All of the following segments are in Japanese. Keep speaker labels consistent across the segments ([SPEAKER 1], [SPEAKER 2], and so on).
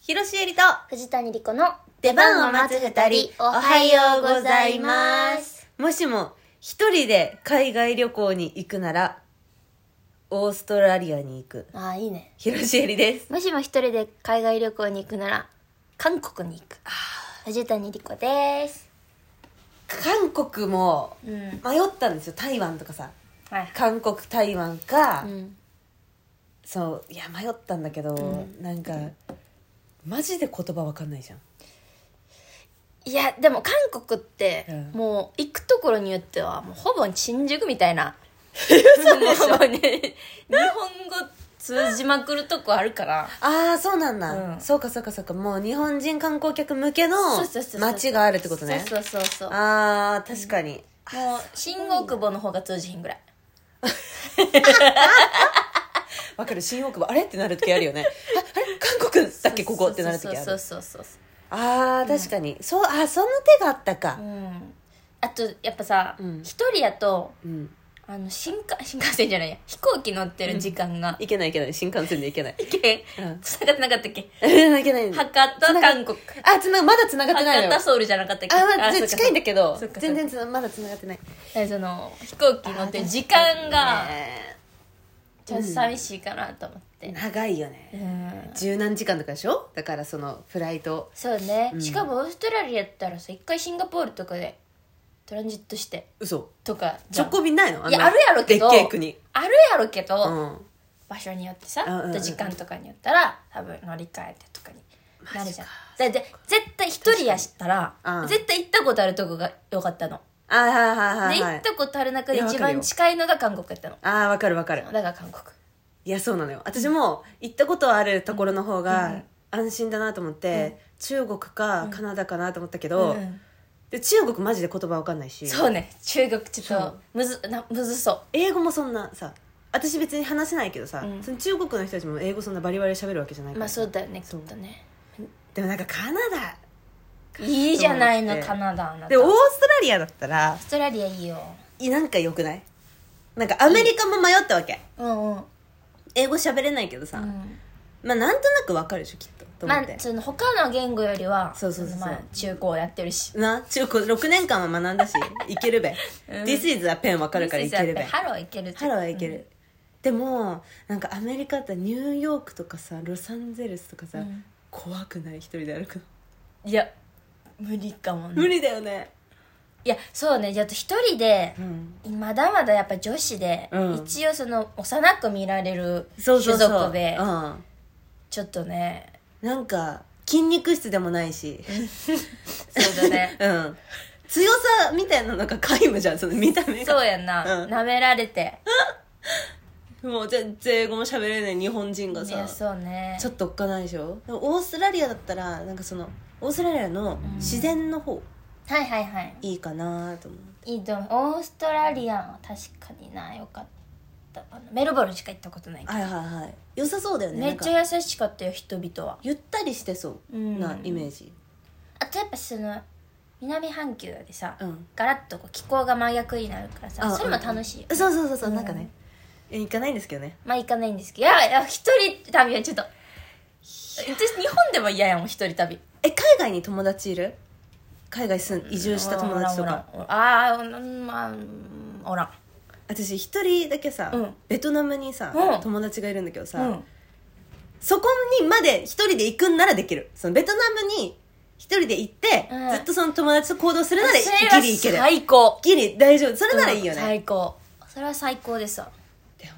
[SPEAKER 1] ひろしえりと
[SPEAKER 2] 藤谷莉子の
[SPEAKER 1] 出番を待つ二人、おはようございます。もしも、一人で海外旅行に行くなら、オーストラリアに行く。
[SPEAKER 2] ああいいね
[SPEAKER 1] ひろしえりです。
[SPEAKER 2] もしも一人で海外旅行に行くなら韓国に行く藤谷莉子です
[SPEAKER 1] 韓国も
[SPEAKER 2] うん
[SPEAKER 1] 迷ったんですよ。台湾とかさ。
[SPEAKER 2] はい
[SPEAKER 1] 韓国、台湾か、
[SPEAKER 2] うん
[SPEAKER 1] そう、いや、迷ったんだけど、なんか、マジで言葉わかんないじゃん。
[SPEAKER 2] いやでも韓国って、
[SPEAKER 1] うん
[SPEAKER 2] もう行くところによってはもうほぼ新宿みたいな もうね日本語通じまくるとこあるから
[SPEAKER 1] ああ、そうなんだ、
[SPEAKER 2] うん
[SPEAKER 1] そうかそうかそうか。もう日本人観光客向けの
[SPEAKER 2] そうそうそうそう
[SPEAKER 1] 街があるってことね。
[SPEAKER 2] そうそうそうそうも
[SPEAKER 1] ああ、確かに。
[SPEAKER 2] う新大久保の方が通じひんぐらい
[SPEAKER 1] わかる新大久保あれってなる時ある よねああれ韓国だっけここってなる時あ
[SPEAKER 2] そう
[SPEAKER 1] る
[SPEAKER 2] そうそうそうそ
[SPEAKER 1] あー確かに、そうあその手があったか
[SPEAKER 2] ううんあとやっぱさ一、
[SPEAKER 1] うん
[SPEAKER 2] 人やと
[SPEAKER 1] うん
[SPEAKER 2] あの新幹新幹線じゃないや飛行機乗ってる時間が、
[SPEAKER 1] いけないいけない新幹線でいけ ない
[SPEAKER 2] いけ
[SPEAKER 1] うん
[SPEAKER 2] つながってなかったっけ
[SPEAKER 1] いけない
[SPEAKER 2] 博多韓国
[SPEAKER 1] あつなまだ繋がってないの
[SPEAKER 2] 博
[SPEAKER 1] よあ
[SPEAKER 2] 多ソウルじゃなかったっけ
[SPEAKER 1] まあ
[SPEAKER 2] そう
[SPEAKER 1] じゃあ
[SPEAKER 2] か
[SPEAKER 1] 近いんだけど
[SPEAKER 2] そっかそっか
[SPEAKER 1] 全然つなまだ繋がってない
[SPEAKER 2] えその飛行機乗ってる時間が
[SPEAKER 1] ね
[SPEAKER 2] ちょっと寂しいかなと思って
[SPEAKER 1] 長いよ
[SPEAKER 2] う
[SPEAKER 1] ね
[SPEAKER 2] ん
[SPEAKER 1] 十何時間とかでしょだからそのフライト
[SPEAKER 2] そうね、
[SPEAKER 1] うん
[SPEAKER 2] しかもオーストラリアやったらさ一回シンガポールとかでトランジットして
[SPEAKER 1] 嘘
[SPEAKER 2] とかじゃん
[SPEAKER 1] 直行便ないのの
[SPEAKER 2] いやあるやろけど
[SPEAKER 1] でっけえ国
[SPEAKER 2] あるやろけど、
[SPEAKER 1] うん
[SPEAKER 2] 場所によってさ、
[SPEAKER 1] うんうんうん
[SPEAKER 2] と時間とかによったら多分乗り換えてとかになるじゃんだって絶対一人やしたら、
[SPEAKER 1] うん
[SPEAKER 2] 絶対行ったことあるとこが良かったの、
[SPEAKER 1] あーはいはいはい
[SPEAKER 2] で
[SPEAKER 1] は
[SPEAKER 2] 行
[SPEAKER 1] い
[SPEAKER 2] ったことある中
[SPEAKER 1] い
[SPEAKER 2] で
[SPEAKER 1] やわか
[SPEAKER 2] 一
[SPEAKER 1] るよ
[SPEAKER 2] 番近いのが韓国やったの
[SPEAKER 1] ああわかるわかる
[SPEAKER 2] だから韓国
[SPEAKER 1] いやそうなのよ私も行ったことあるところの方が安心だなと思って、中国かカナダかなと思ったけど、
[SPEAKER 2] うんうん
[SPEAKER 1] で中国マジで言葉わかんないし
[SPEAKER 2] そうね中国ちょ
[SPEAKER 1] そ
[SPEAKER 2] っとむずなむずそ
[SPEAKER 1] 英語もそんなさ私別に話せないけどさ、
[SPEAKER 2] うん
[SPEAKER 1] その中国の人たちも英語そんなバリバリ喋るわけじゃないうから
[SPEAKER 2] まあそうだよねき
[SPEAKER 1] そう
[SPEAKER 2] っとね
[SPEAKER 1] でもなんかカナ
[SPEAKER 2] いいじゃない
[SPEAKER 1] そう
[SPEAKER 2] の
[SPEAKER 1] だって
[SPEAKER 2] カナダあな
[SPEAKER 1] ダ
[SPEAKER 2] た
[SPEAKER 1] でオー
[SPEAKER 2] オー
[SPEAKER 1] ストラリアだったら
[SPEAKER 2] ストラリアいいよ
[SPEAKER 1] いなんかよくないなんかアメリカも迷ったわけ、
[SPEAKER 2] うんうん、
[SPEAKER 1] 英語喋れないけどさ、
[SPEAKER 2] うん
[SPEAKER 1] まあなんとなくわかるでしょきっとと思
[SPEAKER 2] ま
[SPEAKER 1] っ
[SPEAKER 2] あ
[SPEAKER 1] て、
[SPEAKER 2] その他の言語よりは
[SPEAKER 1] そうそうそうそう
[SPEAKER 2] のまあ中高やってるし
[SPEAKER 1] な中高6年間は学ん だしいけるべ、
[SPEAKER 2] うん
[SPEAKER 1] This is a pen わかるからいけるべ
[SPEAKER 2] ハローいける
[SPEAKER 1] ハローはいける、でもなんかアメリカってニューヨークとかさロサンゼルスとかさ、
[SPEAKER 2] うん
[SPEAKER 1] 怖くない一人で歩くの
[SPEAKER 2] いや無理かもね
[SPEAKER 1] 無理だよね
[SPEAKER 2] いやそうねじゃあと一人で
[SPEAKER 1] うん
[SPEAKER 2] まだまだやっぱ女子で、
[SPEAKER 1] うん
[SPEAKER 2] 一応その幼く見られる
[SPEAKER 1] そう
[SPEAKER 2] 種
[SPEAKER 1] そう
[SPEAKER 2] 族
[SPEAKER 1] そう
[SPEAKER 2] で
[SPEAKER 1] うん、
[SPEAKER 2] ちょっとね
[SPEAKER 1] なんか筋肉質でもないし
[SPEAKER 2] そ うだね
[SPEAKER 1] うん強さみたいなのが皆無じゃんその見た目
[SPEAKER 2] そ
[SPEAKER 1] が
[SPEAKER 2] うやんな、
[SPEAKER 1] うん
[SPEAKER 2] 舐められて
[SPEAKER 1] もう全然英語も喋れない日本人が
[SPEAKER 2] いや
[SPEAKER 1] さ
[SPEAKER 2] そうね
[SPEAKER 1] ちょっとおっかないでしょでもオーストラリアだったらなんかそのオーストラリアの自然の方
[SPEAKER 2] はいはいはい
[SPEAKER 1] いいかなと思う
[SPEAKER 2] いいと思うオーストラリアンは確かになよかったかなメルボルンしか行ったことないけど
[SPEAKER 1] はいはいはい良さそうだよね
[SPEAKER 2] めっち
[SPEAKER 1] なんか
[SPEAKER 2] ゃ優しかったよ人々は
[SPEAKER 1] ゆったりしてそううんなイメージ
[SPEAKER 2] あとやっぱその南半球でさ、
[SPEAKER 1] うん
[SPEAKER 2] ガラッとこう気候が真逆になるからさ
[SPEAKER 1] あ
[SPEAKER 2] それも楽しいよ、
[SPEAKER 1] そうそうそうそう
[SPEAKER 2] うん
[SPEAKER 1] なんかねえ行かないんですけどね
[SPEAKER 2] まあ行かないんですけどいやいや一人旅はちょっと私日本でも嫌やもん一人旅
[SPEAKER 1] え海外に友達いる海外住ん移住した友達とか
[SPEAKER 2] おらんおらんおらんあーうんまあうんおらん
[SPEAKER 1] 私一人だけさ
[SPEAKER 2] うん
[SPEAKER 1] ベトナムにさ
[SPEAKER 2] うん
[SPEAKER 1] 友達がいるんだけど
[SPEAKER 2] う
[SPEAKER 1] さ
[SPEAKER 2] ん
[SPEAKER 1] そこにまで一人で行くんならできるそのベトナムに一人で行って
[SPEAKER 2] うん
[SPEAKER 1] ずっとその友達と行動するなら
[SPEAKER 2] それは
[SPEAKER 1] ギリ行ける
[SPEAKER 2] 最高
[SPEAKER 1] ギリ大丈夫それならいいよ
[SPEAKER 2] うん
[SPEAKER 1] ね
[SPEAKER 2] 最高それは最高ですわ
[SPEAKER 1] でも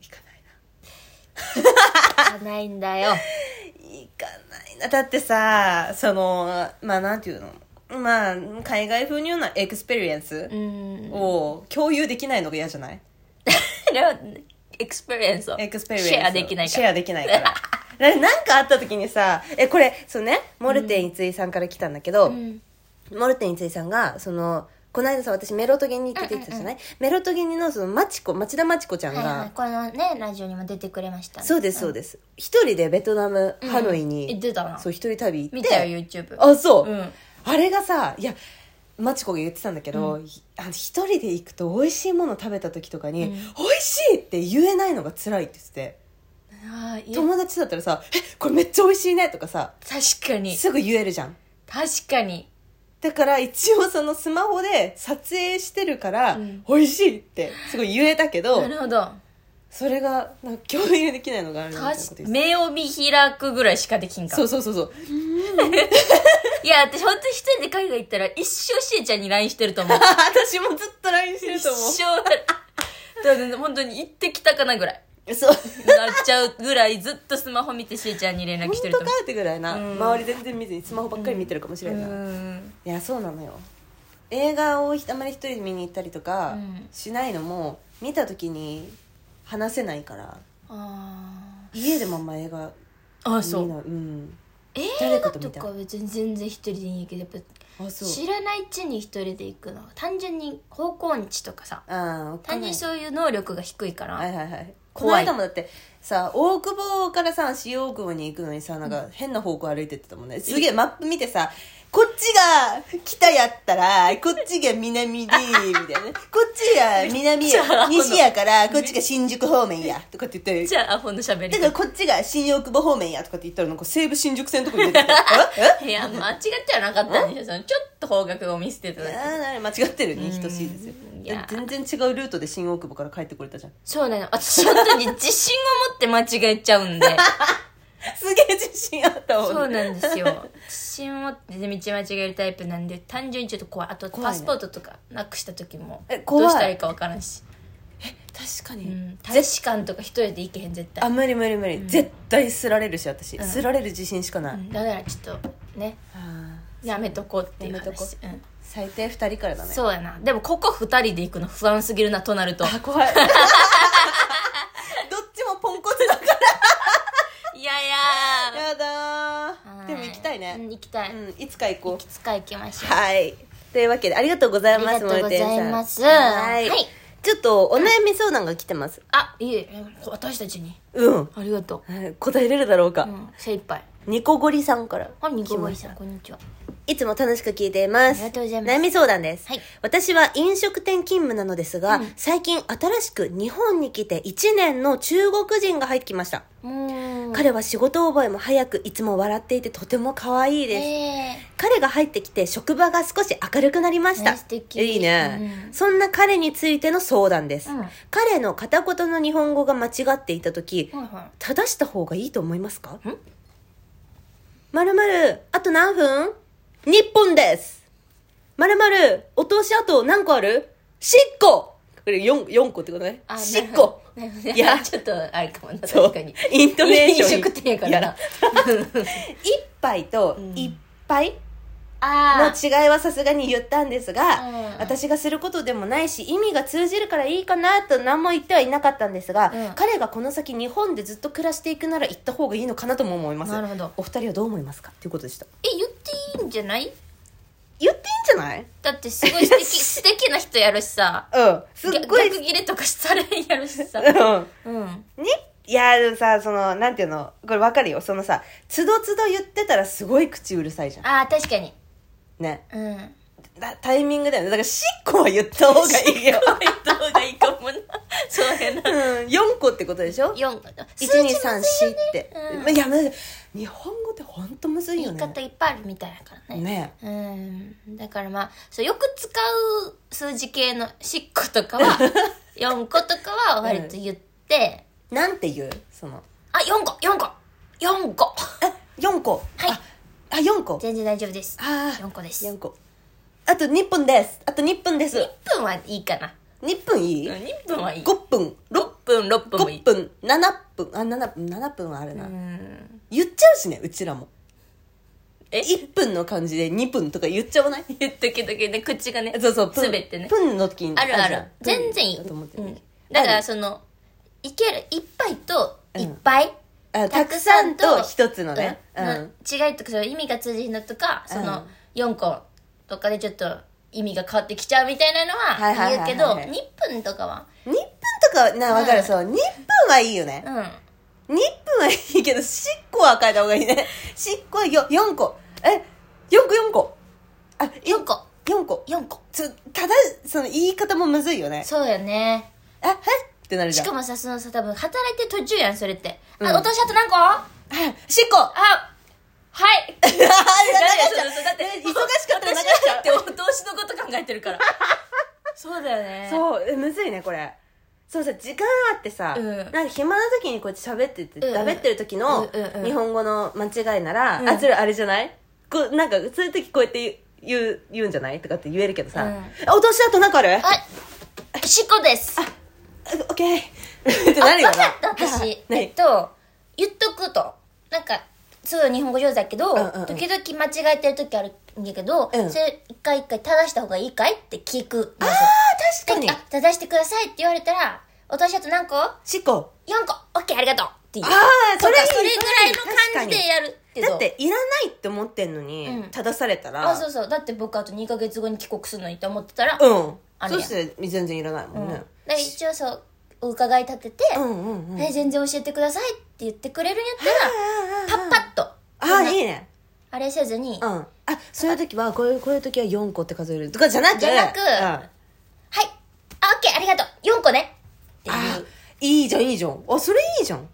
[SPEAKER 1] 行かないな
[SPEAKER 2] 行かないんだよ
[SPEAKER 1] 行かないなだってさそのまあなんていうのまあ海外風に言うのはエクスペリエンス
[SPEAKER 2] うん
[SPEAKER 1] を共有できないのが嫌じゃない
[SPEAKER 2] でもエクスペリエンスを
[SPEAKER 1] エクスペリエンスを
[SPEAKER 2] シェアできないか
[SPEAKER 1] シェアでき ないからななんかあった時にさえこれそうねモルテン逸井さんから来たんだけど、
[SPEAKER 2] らうん
[SPEAKER 1] モルテン逸井さんがそのこの間さ私メロトゲニって出てたじゃない、メロトゲニのそのマチコ町田マチコちゃんが、
[SPEAKER 2] はいはいこのねラジオにも出てくれましたね
[SPEAKER 1] そうですそうです一人でベトナム、ハノイに
[SPEAKER 2] 行ってたな
[SPEAKER 1] そう一人旅行って
[SPEAKER 2] 見たよ YouTube
[SPEAKER 1] あそう、
[SPEAKER 2] うん
[SPEAKER 1] あれがさいやマチコが言ってたんだけど、ひあの一人で行くと美味しいもの食べた時とかに、
[SPEAKER 2] うん
[SPEAKER 1] 美味しいって言えないのが辛いって言ってて
[SPEAKER 2] ああいや
[SPEAKER 1] 友達だったらさ「えこれめっちゃ美味しいね」とかさ
[SPEAKER 2] 確かに
[SPEAKER 1] すぐ言えるじゃん
[SPEAKER 2] 確かに
[SPEAKER 1] だから一応そのスマホで撮影してるから、
[SPEAKER 2] うん
[SPEAKER 1] 美味しいってすごい言えたけど
[SPEAKER 2] なるほど
[SPEAKER 1] それがなんか共有できないのがあるみたいなこと
[SPEAKER 2] 確
[SPEAKER 1] 言
[SPEAKER 2] か
[SPEAKER 1] って
[SPEAKER 2] 目を見開くぐらいしかできん
[SPEAKER 1] た
[SPEAKER 2] か
[SPEAKER 1] そうそうそうそう
[SPEAKER 2] いや私本当に一人で海外行ったら一生しえちゃんに LINE してる と思う
[SPEAKER 1] 私もずっと LINE して
[SPEAKER 2] 一
[SPEAKER 1] ると思
[SPEAKER 2] 生だから本当に行ってきたかなぐらいう
[SPEAKER 1] そう
[SPEAKER 2] なっちゃうぐらいずっとスマホ見てしえちゃんに連絡
[SPEAKER 1] 本
[SPEAKER 2] して
[SPEAKER 1] 当
[SPEAKER 2] る
[SPEAKER 1] か
[SPEAKER 2] と思う
[SPEAKER 1] ってぐらいな、
[SPEAKER 2] うん
[SPEAKER 1] 周り全然見ずにスマホばっかり見てるかもしれ
[SPEAKER 2] う
[SPEAKER 1] ないな、い
[SPEAKER 2] ん
[SPEAKER 1] やそうなのよ映画をあまり一人で見に行ったりとか
[SPEAKER 2] うん
[SPEAKER 1] しないのも見た時に話せないから
[SPEAKER 2] あ
[SPEAKER 1] 家でもあんま映画
[SPEAKER 2] ーあ
[SPEAKER 1] 見な
[SPEAKER 2] そ
[SPEAKER 1] いううん
[SPEAKER 2] 映
[SPEAKER 1] 誰
[SPEAKER 2] 画
[SPEAKER 1] かと
[SPEAKER 2] と
[SPEAKER 1] 見た
[SPEAKER 2] かは別に全然一人でいいんやけどやっ
[SPEAKER 1] あ
[SPEAKER 2] ぱ
[SPEAKER 1] そう
[SPEAKER 2] 知らないうちに一人で行くのは単純に方向音痴とかさ
[SPEAKER 1] ああおっか
[SPEAKER 2] 単
[SPEAKER 1] な
[SPEAKER 2] 純
[SPEAKER 1] い
[SPEAKER 2] にそういう能力が低いから、
[SPEAKER 1] はいはいはいこの
[SPEAKER 2] 怖い
[SPEAKER 1] 間もだってさ大久保からさ新大久保に行くのにさなんか変な方向歩いてってたもんねすげえマップ見てさこっちが北やったらこっちが南でみたいなねこっちが南
[SPEAKER 2] めっちゃア
[SPEAKER 1] や
[SPEAKER 2] ホな
[SPEAKER 1] 西やからこっちが新宿方面やとかって言って
[SPEAKER 2] じゃあアホのしゃべり
[SPEAKER 1] だからこっちが新大久保方面やとかって言ったらなんか西武新宿線とかに出てきたえ
[SPEAKER 2] いや間違ってはなかったんでしょそのちょっと方角を見せてた
[SPEAKER 1] え
[SPEAKER 2] だけ
[SPEAKER 1] ああ間違ってるに等しいですよ
[SPEAKER 2] うんいや
[SPEAKER 1] 全然違うルートで新大久保から帰ってこれたじゃん
[SPEAKER 2] そうなの私本当に自信を持って間違えち ゃうんで
[SPEAKER 1] すげえ自信あったもんね
[SPEAKER 2] そうなんですよ 自信を持って道間違えるタイプなんで単純にちょっと怖いあと
[SPEAKER 1] 怖い
[SPEAKER 2] パ
[SPEAKER 1] ね
[SPEAKER 2] スポートとかなくした時も
[SPEAKER 1] え
[SPEAKER 2] ど
[SPEAKER 1] 怖いう
[SPEAKER 2] したらいいか分からんし、
[SPEAKER 1] 確か
[SPEAKER 2] う
[SPEAKER 1] に、
[SPEAKER 2] ん、大使館とか一人で行けへん絶対
[SPEAKER 1] あ無理無理無理、絶対すられるし私、
[SPEAKER 2] ん
[SPEAKER 1] すられる自信しかない、
[SPEAKER 2] うんだからちょっとね
[SPEAKER 1] あー
[SPEAKER 2] やめとこうっていう話
[SPEAKER 1] やめとこ
[SPEAKER 2] うん
[SPEAKER 1] 最低2人からだね
[SPEAKER 2] そうやなでもここ二人で行くの不安すぎるなとなると
[SPEAKER 1] あ 怖いどっちもポンコツだか
[SPEAKER 2] いやい
[SPEAKER 1] ら
[SPEAKER 2] や
[SPEAKER 1] やだ
[SPEAKER 2] は
[SPEAKER 1] ー
[SPEAKER 2] い
[SPEAKER 1] でも行きたい
[SPEAKER 2] うん
[SPEAKER 1] ね
[SPEAKER 2] 行きた
[SPEAKER 1] うん、
[SPEAKER 2] い、
[SPEAKER 1] いつか行こ
[SPEAKER 2] いうつか行きましょう
[SPEAKER 1] はいというわけでありがとうございます
[SPEAKER 2] ありがとうございます
[SPEAKER 1] モルテンさんはい、
[SPEAKER 2] はい
[SPEAKER 1] ちょっとお悩み相談が来てます
[SPEAKER 2] あいええ私たちに
[SPEAKER 1] うん
[SPEAKER 2] ありがと
[SPEAKER 1] はい答えれるだろうか、
[SPEAKER 2] う、うん、精一杯
[SPEAKER 1] ニコゴリさんから
[SPEAKER 2] あニコボイさんこんにちはい
[SPEAKER 1] つも楽しく聞いています。
[SPEAKER 2] ありがとうございます
[SPEAKER 1] 悩み相談です。
[SPEAKER 2] はい
[SPEAKER 1] 私は飲食店勤務なのですが、
[SPEAKER 2] うん
[SPEAKER 1] 最近新しく日本に来て1年の中国人が入ってきました。
[SPEAKER 2] うん
[SPEAKER 1] 彼は仕事覚えも早く、いつも笑っていてとても可愛いです。
[SPEAKER 2] え
[SPEAKER 1] 彼が入ってきて職場が少し明るくなりました。
[SPEAKER 2] ね素敵
[SPEAKER 1] いいね、
[SPEAKER 2] うん
[SPEAKER 1] そんな彼についての相談です。
[SPEAKER 2] うん
[SPEAKER 1] 彼の片言の日本語が間違っていた時
[SPEAKER 2] ー、はいは
[SPEAKER 1] 正した方がいいと思いますかまるまる、あと何分日本ですまるまる、お通しあと何個ある ?10 個これ 4, 4個ってことね。
[SPEAKER 2] あ
[SPEAKER 1] 10個
[SPEAKER 2] なるほどね
[SPEAKER 1] いや
[SPEAKER 2] ちょっとあれかもな
[SPEAKER 1] そう
[SPEAKER 2] 確かに
[SPEAKER 1] イントネーション
[SPEAKER 2] 飲食店やからな
[SPEAKER 1] 1杯と
[SPEAKER 2] ん
[SPEAKER 1] 1杯の
[SPEAKER 2] あー
[SPEAKER 1] 違いはさすがに言ったんですが、
[SPEAKER 2] うん
[SPEAKER 1] 私がすることでもないし、意味が通じるからいいかなと何も言ってはいなかったんですが、
[SPEAKER 2] うん
[SPEAKER 1] 彼がこの先日本でずっと暮らしていくなら行った方がいいのかなとも思います。
[SPEAKER 2] なるほど
[SPEAKER 1] お二人はどう思いますかということでした。
[SPEAKER 2] え言っていいんじゃない
[SPEAKER 1] 言っていいんじゃない
[SPEAKER 2] だってすごい素 敵素敵な人やるしさ
[SPEAKER 1] うん。すっごい
[SPEAKER 2] 逆、切れとかしたらやるし さ
[SPEAKER 1] うん。
[SPEAKER 2] うん
[SPEAKER 1] ねいやでもさそのなんていうのこれわかるよそのさつどつど言ってたらすごい口うるさいじゃん
[SPEAKER 2] あー確かに
[SPEAKER 1] ね
[SPEAKER 2] うん
[SPEAKER 1] だタイミングだよねだからしっこは言った方がいいよ、
[SPEAKER 2] 言った方がいいかもなそうやな
[SPEAKER 1] うん、4個ってことでしょ
[SPEAKER 2] 4
[SPEAKER 1] 1234って、
[SPEAKER 2] うん
[SPEAKER 1] まいやむずい日本語ってほんとむずいよ
[SPEAKER 2] 言い
[SPEAKER 1] ね
[SPEAKER 2] 方いっぱいあるみたいだからね
[SPEAKER 1] ね
[SPEAKER 2] うんだからまあそうよく使う数字系のしっこと かは4個とかは割と言って、
[SPEAKER 1] なんて言うその
[SPEAKER 2] あ4個4個4個
[SPEAKER 1] あ4個
[SPEAKER 2] はい
[SPEAKER 1] ああ4個
[SPEAKER 2] 全然大丈夫です
[SPEAKER 1] あー
[SPEAKER 2] 4個です
[SPEAKER 1] 4個あと2分ですあと2分です
[SPEAKER 2] 1分はいいかな
[SPEAKER 1] 2分いい
[SPEAKER 2] 2分はいい
[SPEAKER 1] 5分
[SPEAKER 2] 6分6分も
[SPEAKER 1] 5
[SPEAKER 2] いい
[SPEAKER 1] 分7分あ7分7分はあるな、
[SPEAKER 2] うん
[SPEAKER 1] 言っちゃうしねうちらも
[SPEAKER 2] え
[SPEAKER 1] 1分の感じで2分とか言っちゃわない
[SPEAKER 2] 言っとけとけね口がね
[SPEAKER 1] そうそうプン
[SPEAKER 2] 滑ってね
[SPEAKER 1] プンの時に
[SPEAKER 2] あるある
[SPEAKER 1] じゃん
[SPEAKER 2] 全然いい、
[SPEAKER 1] プンだと思って
[SPEAKER 2] う
[SPEAKER 1] る
[SPEAKER 2] ん、だか
[SPEAKER 1] あ
[SPEAKER 2] ら
[SPEAKER 1] る
[SPEAKER 2] そのいける一杯と
[SPEAKER 1] うん
[SPEAKER 2] いっぱい、
[SPEAKER 1] あたくさんと一つの
[SPEAKER 2] うん
[SPEAKER 1] ねうん、
[SPEAKER 2] の違いとかその意味が通じるのとかその4個とかでちょっと意味が変わってきちゃうみたいなの
[SPEAKER 1] はいは
[SPEAKER 2] はい言
[SPEAKER 1] は
[SPEAKER 2] う
[SPEAKER 1] い
[SPEAKER 2] け
[SPEAKER 1] はい
[SPEAKER 2] ど
[SPEAKER 1] はい
[SPEAKER 2] 2分とかは
[SPEAKER 1] 2分とかな分かる、
[SPEAKER 2] うん
[SPEAKER 1] そう2分はいいよね
[SPEAKER 2] うん
[SPEAKER 1] 2分はいいけどしっこは変えた方がいいね しっこはよ4個え四4個4個あ
[SPEAKER 2] 4個
[SPEAKER 1] 4個
[SPEAKER 2] 4個
[SPEAKER 1] つただその言い方もむずいよね
[SPEAKER 2] そうよね
[SPEAKER 1] あえってなるじ
[SPEAKER 2] し
[SPEAKER 1] ゃん
[SPEAKER 2] かもさそのさ多分働いてる途中やんそれって、
[SPEAKER 1] うん
[SPEAKER 2] あお年あと何個あ
[SPEAKER 1] しっこ あ
[SPEAKER 2] はい
[SPEAKER 1] 流しちゃ
[SPEAKER 2] そうそうそうだって
[SPEAKER 1] え忙しかったら流しちゃう
[SPEAKER 2] 私だってお投資のこと考えてるから そうだよね
[SPEAKER 1] そうえむずいねこれそうさ時間あってさ、
[SPEAKER 2] うん
[SPEAKER 1] なんか暇な時にこうやって喋ってて
[SPEAKER 2] うんうん
[SPEAKER 1] 喋、ってる時の
[SPEAKER 2] うんうんうん
[SPEAKER 1] 日本語の間違いなら、
[SPEAKER 2] うん
[SPEAKER 1] あそれあれじゃないこうなんかそういう時こうやって言う言うんじゃないとかって言えるけどさ、
[SPEAKER 2] うん
[SPEAKER 1] あお年だとなんかあるあ
[SPEAKER 2] はいしっこです
[SPEAKER 1] オッケーってなるよ
[SPEAKER 2] あ
[SPEAKER 1] な
[SPEAKER 2] 分かった私
[SPEAKER 1] 何
[SPEAKER 2] えっと言っとくとなんかすごい日本語上手だけど、
[SPEAKER 1] うんうんうん
[SPEAKER 2] 時々間違えてる時あるんだけど、
[SPEAKER 1] うん
[SPEAKER 2] それ一回一回正した方がいいかいって聞くあ
[SPEAKER 1] あー確かに
[SPEAKER 2] あ正してくださいって言われたらお年あと何個
[SPEAKER 1] しっこ
[SPEAKER 2] ?4 個 OK ありがとうっていう
[SPEAKER 1] ああそれいい
[SPEAKER 2] とかそれぐらいの
[SPEAKER 1] それ
[SPEAKER 2] 感
[SPEAKER 1] いい
[SPEAKER 2] じでやるけど
[SPEAKER 1] だっていらないって思ってんのに、
[SPEAKER 2] うん
[SPEAKER 1] 正されたら
[SPEAKER 2] あそうそうだって僕あと2ヶ月後に帰国するのにと思ってたら、
[SPEAKER 1] う
[SPEAKER 2] あ
[SPEAKER 1] ん
[SPEAKER 2] る
[SPEAKER 1] そ
[SPEAKER 2] やん
[SPEAKER 1] して全然いらないもん
[SPEAKER 2] うん
[SPEAKER 1] ね、
[SPEAKER 2] で一応そうお伺い立てて、
[SPEAKER 1] うんうんうん
[SPEAKER 2] え全然教えてくださいって言ってくれるんやったら、
[SPEAKER 1] あーあーあー
[SPEAKER 2] パッパッと
[SPEAKER 1] ああ
[SPEAKER 2] そんない
[SPEAKER 1] いね
[SPEAKER 2] あれせずに、
[SPEAKER 1] うん、あそういう時はこういうこういう時は4個って数えるとかじゃなく
[SPEAKER 2] じゃなく
[SPEAKER 1] うん
[SPEAKER 2] はいあオッケーありがとう4個ねってい
[SPEAKER 1] あ
[SPEAKER 2] う
[SPEAKER 1] いいじゃんいいじゃんあそれいいじゃん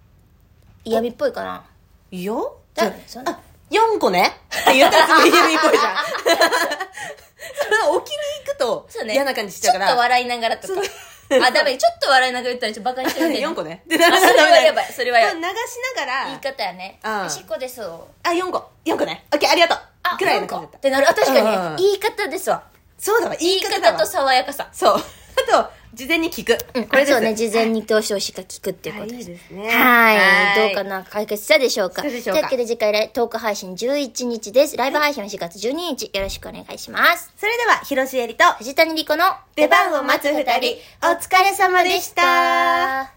[SPEAKER 2] 嫌味っぽいかない
[SPEAKER 1] いよじ
[SPEAKER 2] だ
[SPEAKER 1] ゃ
[SPEAKER 2] そんな
[SPEAKER 1] あ4個ねって言ったらすごい嫌味っぽい じゃんそれは置きに行くと
[SPEAKER 2] そうね
[SPEAKER 1] 嫌な感じしちゃうから
[SPEAKER 2] ちょっと笑いながらとか あダメちょっと笑いながら言ったらちょっとバカにしてるみたいな
[SPEAKER 1] 4個ねってなる
[SPEAKER 2] あそれはやばいそれはやばい
[SPEAKER 1] 流しながら
[SPEAKER 2] 言い方やね
[SPEAKER 1] うん
[SPEAKER 2] あしっこですわ
[SPEAKER 1] あ4個4個ね OK ありがとう
[SPEAKER 2] あ
[SPEAKER 1] くらい
[SPEAKER 2] 4
[SPEAKER 1] の
[SPEAKER 2] 個
[SPEAKER 1] 感じ
[SPEAKER 2] っ
[SPEAKER 1] だった
[SPEAKER 2] てなるあ確
[SPEAKER 1] うんうんう
[SPEAKER 2] か
[SPEAKER 1] ん
[SPEAKER 2] に言い方ですわ
[SPEAKER 1] そうだわ言
[SPEAKER 2] 言
[SPEAKER 1] い
[SPEAKER 2] い
[SPEAKER 1] 方だ
[SPEAKER 2] 方
[SPEAKER 1] わ
[SPEAKER 2] と爽やかさ
[SPEAKER 1] そう あと事前に聞く、
[SPEAKER 2] うん
[SPEAKER 1] これです
[SPEAKER 2] そうね事前に投資をしか聞くっていうことです
[SPEAKER 1] あいいですね
[SPEAKER 2] はい
[SPEAKER 1] はい
[SPEAKER 2] どうかな解決したでしょうか
[SPEAKER 1] したでしょうか
[SPEAKER 2] というわけで次回ライトーク配信11日ですライブ配信は4月12日よろしくお願いします
[SPEAKER 1] それでは広瀬えりと
[SPEAKER 2] 藤谷莉子の
[SPEAKER 1] 出番を待つ二人お疲れ様でした